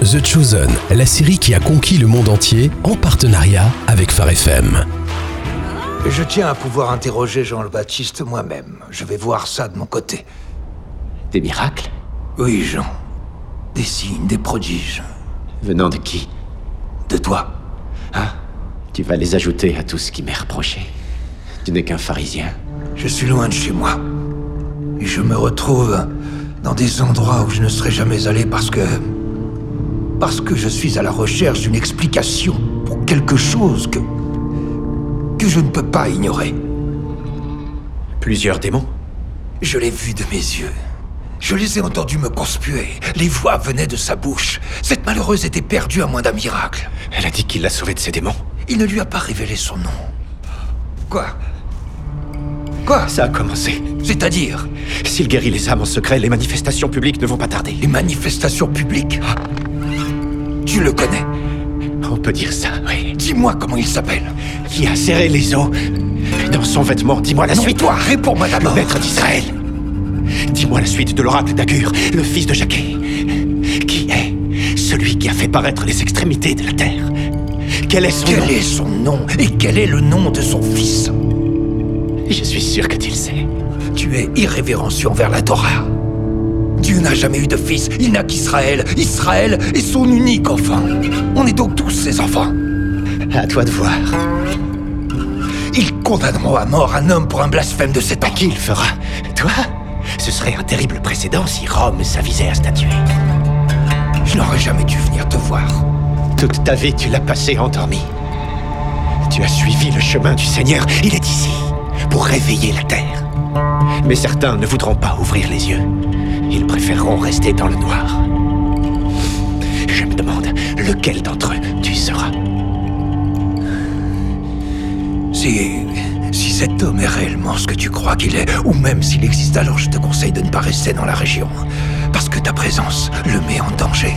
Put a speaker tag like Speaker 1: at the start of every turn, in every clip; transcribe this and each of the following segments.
Speaker 1: The Chosen, la série qui a conquis le monde entier en partenariat avec Phare FM.
Speaker 2: Je tiens à pouvoir interroger Jean le Baptiste moi-même. Je vais voir ça de mon côté.
Speaker 3: Des miracles
Speaker 2: Oui, Jean. Des signes, des prodiges.
Speaker 3: Venant de qui
Speaker 2: De toi.
Speaker 3: Tu vas les ajouter à tout ce qui m'est reproché. Tu n'es qu'un pharisien.
Speaker 2: Je suis loin de chez moi. Et je me retrouve dans des endroits où je ne serais jamais allé parce que. Parce que je suis à la recherche d'une explication pour quelque chose que. que je ne peux pas ignorer.
Speaker 3: Plusieurs démons
Speaker 2: Je l'ai vu de mes yeux. Je les ai entendus me conspuer. Les voix venaient de sa bouche. Cette malheureuse était perdue à moins d'un miracle.
Speaker 3: Elle a dit qu'il l'a sauvée de ses démons.
Speaker 2: Il ne lui a pas révélé son nom. Quoi Quoi
Speaker 3: Ça a commencé.
Speaker 2: C'est-à-dire
Speaker 3: S'il guérit les âmes en secret, les manifestations publiques ne vont pas tarder.
Speaker 2: les manifestations publiques Tu le connais
Speaker 3: On peut dire ça, oui.
Speaker 2: Dis-moi comment il s'appelle.
Speaker 3: Qui a serré les os dans son vêtement Dis-moi la
Speaker 2: Non,
Speaker 3: suite.
Speaker 2: toi, réponds-moi d'abord.
Speaker 3: Le maître d'Israël. Dis-moi la suite de l'oracle d'Agur, le fils de Jacquet. Qui est celui qui a fait paraître les extrémités de la terre Quel est son nom
Speaker 2: Quel est son nom et quel est le nom de son fils
Speaker 3: Je suis sûr que tu le sais.
Speaker 2: Tu es irrévérencieux envers la Torah. Dieu n'a jamais eu de fils, il n'a qu'Israël. Israël est son unique enfant. On est donc tous ses enfants.
Speaker 3: À toi de voir.
Speaker 2: Ils condamneront à mort un homme pour un blasphème de cet
Speaker 3: Qui le fera Toi Ce serait un terrible précédent si Rome s'avisait à statuer.
Speaker 2: Je n'aurais jamais dû venir te voir.
Speaker 3: Toute ta vie, tu l'as passé endormi. Tu as suivi le chemin du Seigneur. Il est ici pour réveiller la terre. Mais certains ne voudront pas ouvrir les yeux. Ils préféreront rester dans le noir. Je me demande lequel d'entre eux tu seras.
Speaker 2: Si. Si cet homme est réellement ce que tu crois qu'il est, ou même s'il existe, alors je te conseille de ne pas rester dans la région. Parce que ta présence le met en danger.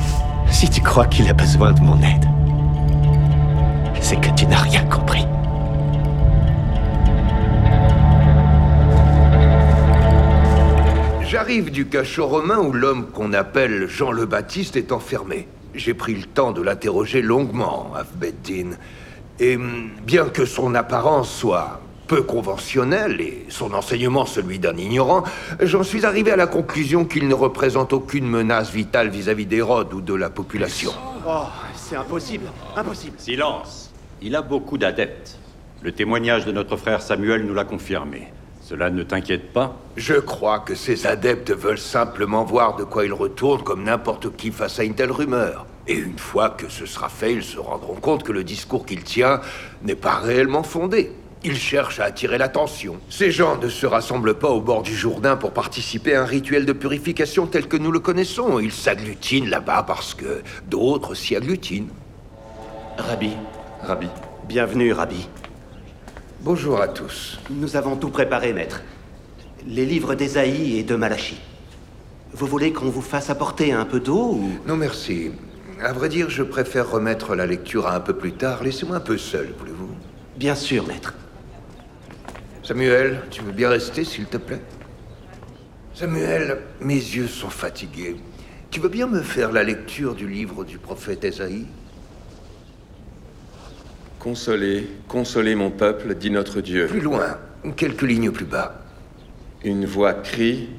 Speaker 3: Si tu crois qu'il a besoin de mon aide, c'est que tu n'as rien compris.
Speaker 4: J'arrive du cachot romain où l'homme qu'on appelle Jean le Baptiste est enfermé. J'ai pris le temps de l'interroger longuement, Afbeddin. Et hum, bien que son apparence soit peu conventionnelle et son enseignement celui d'un ignorant, j'en suis arrivé à la conclusion qu'il ne représente aucune menace vitale vis-à-vis d'Hérode ou de la population.
Speaker 5: Oh, c'est impossible, impossible.
Speaker 6: Silence Il a beaucoup d'adeptes. Le témoignage de notre frère Samuel nous l'a confirmé. Cela ne t'inquiète pas
Speaker 4: Je crois que ses adeptes veulent simplement voir de quoi ils retournent comme n'importe qui face à une telle rumeur. Et une fois que ce sera fait, ils se rendront compte que le discours qu'il tient n'est pas réellement fondé. Ils cherchent à attirer l'attention. Ces gens ne se rassemblent pas au bord du Jourdain pour participer à un rituel de purification tel que nous le connaissons. Ils s'agglutinent là-bas parce que d'autres s'y agglutinent.
Speaker 5: Rabbi,
Speaker 6: Rabbi.
Speaker 5: bienvenue, Rabbi.
Speaker 4: Bonjour à tous.
Speaker 5: Nous avons tout préparé, maître. Les livres d'Ésaïe et de Malachie. Vous voulez qu'on vous fasse apporter un peu d'eau ou...
Speaker 4: Non merci. À vrai dire, je préfère remettre la lecture à un peu plus tard. Laissez-moi un peu seul, voulez-vous
Speaker 5: Bien sûr, maître.
Speaker 4: Samuel, tu veux bien rester, s'il te plaît Samuel, mes yeux sont fatigués. Tu veux bien me faire la lecture du livre du prophète Ésaïe
Speaker 7: Consolez, consolez mon peuple, dit notre Dieu.
Speaker 4: Plus loin, quelques lignes plus bas.
Speaker 7: Une voix crie,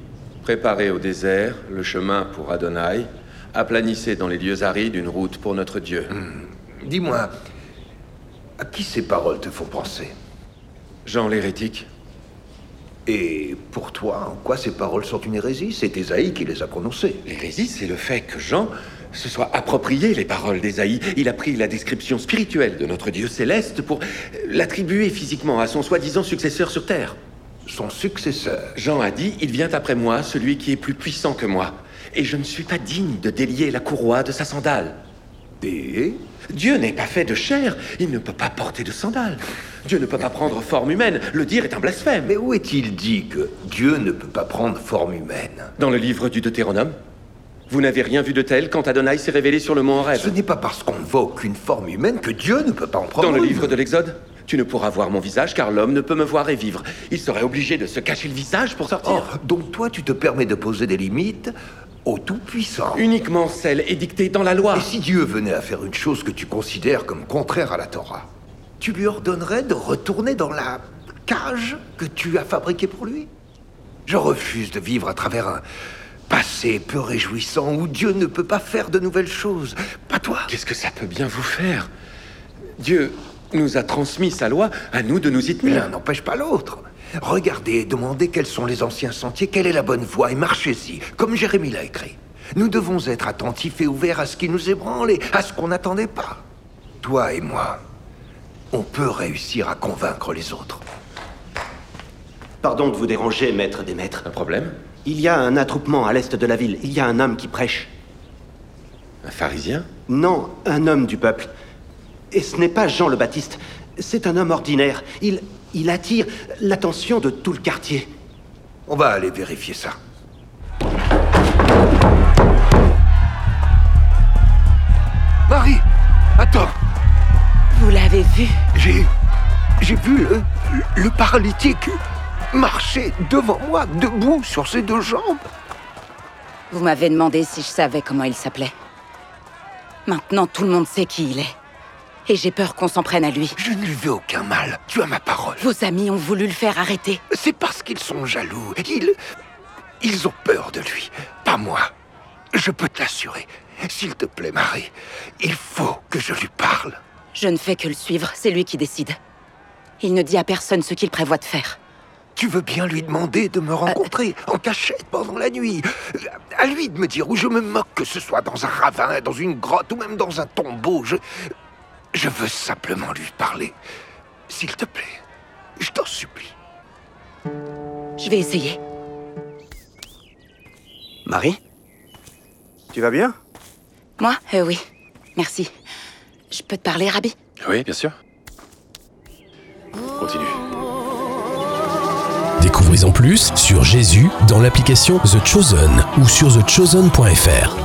Speaker 7: préparez au désert le chemin pour Adonai, aplanissez dans les lieux arides une route pour notre Dieu.
Speaker 4: Dis-moi, à qui ces paroles te font penser
Speaker 7: Jean l'hérétique,
Speaker 4: Et pour toi, en quoi ces paroles sont une hérésie C'est Ésaïe qui les a prononcées.
Speaker 7: l'hérésie, c'est le fait que Jean se soit approprié les paroles d'Ésaïe. Il a pris la description spirituelle de notre Dieu céleste pour l'attribuer physiquement à son soi-disant successeur sur terre.
Speaker 4: Son successeur.
Speaker 7: Jean a dit, il vient après moi, celui qui est plus puissant que moi, et je ne suis pas digne de délier la courroie de sa sandale.
Speaker 4: Et
Speaker 7: Dieu n'est pas fait de chair, il ne peut pas porter de sandales. Dieu ne peut pas prendre forme humaine, le dire est un blasphème.
Speaker 4: Mais où est-il dit que Dieu ne peut pas prendre forme humaine
Speaker 7: Dans le livre du Deutéronome, vous n'avez rien vu de tel quand Adonai s'est révélé sur le mont en
Speaker 4: Ce
Speaker 7: rêve.
Speaker 4: n'est pas parce qu'on ne voit aucune forme humaine que Dieu ne peut pas en prendre
Speaker 7: Dans le
Speaker 4: une.
Speaker 7: livre de l'Exode, tu ne pourras voir mon visage car l'homme ne peut me voir et vivre. Il serait obligé de se cacher le visage pour sortir.
Speaker 4: Oh, donc toi, tu te permets de poser des limites au Tout-Puissant.
Speaker 7: Uniquement celle édictée dans la loi.
Speaker 4: Et si Dieu venait à faire une chose que tu considères comme contraire à la Torah, tu lui ordonnerais de retourner dans la cage que tu as fabriquée pour lui Je refuse de vivre à travers un passé peu réjouissant où Dieu ne peut pas faire de nouvelles choses. Pas toi.
Speaker 7: Qu'est-ce que ça peut bien vous faire Dieu nous a transmis sa loi, à nous de nous y
Speaker 4: L'un
Speaker 7: tenir.
Speaker 4: n'empêche pas l'autre. Regardez et demandez quels sont les anciens sentiers, quelle est la bonne voie et marchez-y, comme Jérémie l'a écrit. Nous devons être attentifs et ouverts à ce qui nous ébranle et à ce qu'on n'attendait pas. Toi et moi, on peut réussir à convaincre les autres.
Speaker 5: Pardon de vous déranger, maître des maîtres.
Speaker 7: Un problème
Speaker 5: Il y a un attroupement à l'est de la ville. Il y a un homme qui prêche.
Speaker 7: Un pharisien
Speaker 5: Non, un homme du peuple. Et ce n'est pas Jean le Baptiste. C'est un homme ordinaire. Il, il attire l'attention de tout le quartier.
Speaker 4: On va aller vérifier ça. Marie, attends,
Speaker 8: Vous l'avez vu
Speaker 4: j'ai j'ai vu le, le paralytique marcher devant moi, debout sur ses deux jambes.
Speaker 8: Vous m'avez demandé si je savais comment il s'appelait. Maintenant, tout le monde sait qui il est. Et j'ai peur qu'on s'en prenne à lui.
Speaker 4: Je ne lui veux aucun mal. Tu as ma parole.
Speaker 8: Vos amis ont voulu le faire arrêter.
Speaker 4: C'est parce qu'ils sont jaloux. Ils. Ils ont peur de lui. Pas moi. Je peux te l'assurer. S'il te plaît, Marie, il faut que je lui parle.
Speaker 8: Je ne fais que le suivre, c'est lui qui décide. Il ne dit à personne ce qu'il prévoit de faire.
Speaker 4: Tu veux bien lui demander de me rencontrer en cachette pendant la nuit. À lui de me dire où je me moque, que ce soit dans un ravin, dans une grotte ou même dans un tombeau. Je. Je veux simplement lui parler. S'il te plaît, je t'en supplie.
Speaker 8: Je vais essayer.
Speaker 5: Marie Tu vas bien
Speaker 8: Moi Euh, oui. Merci. Je peux te parler, Rabbi
Speaker 9: Oui, bien sûr. Continue.
Speaker 1: Découvrez en plus sur Jésus dans l'application The Chosen ou sur thechosen.fr.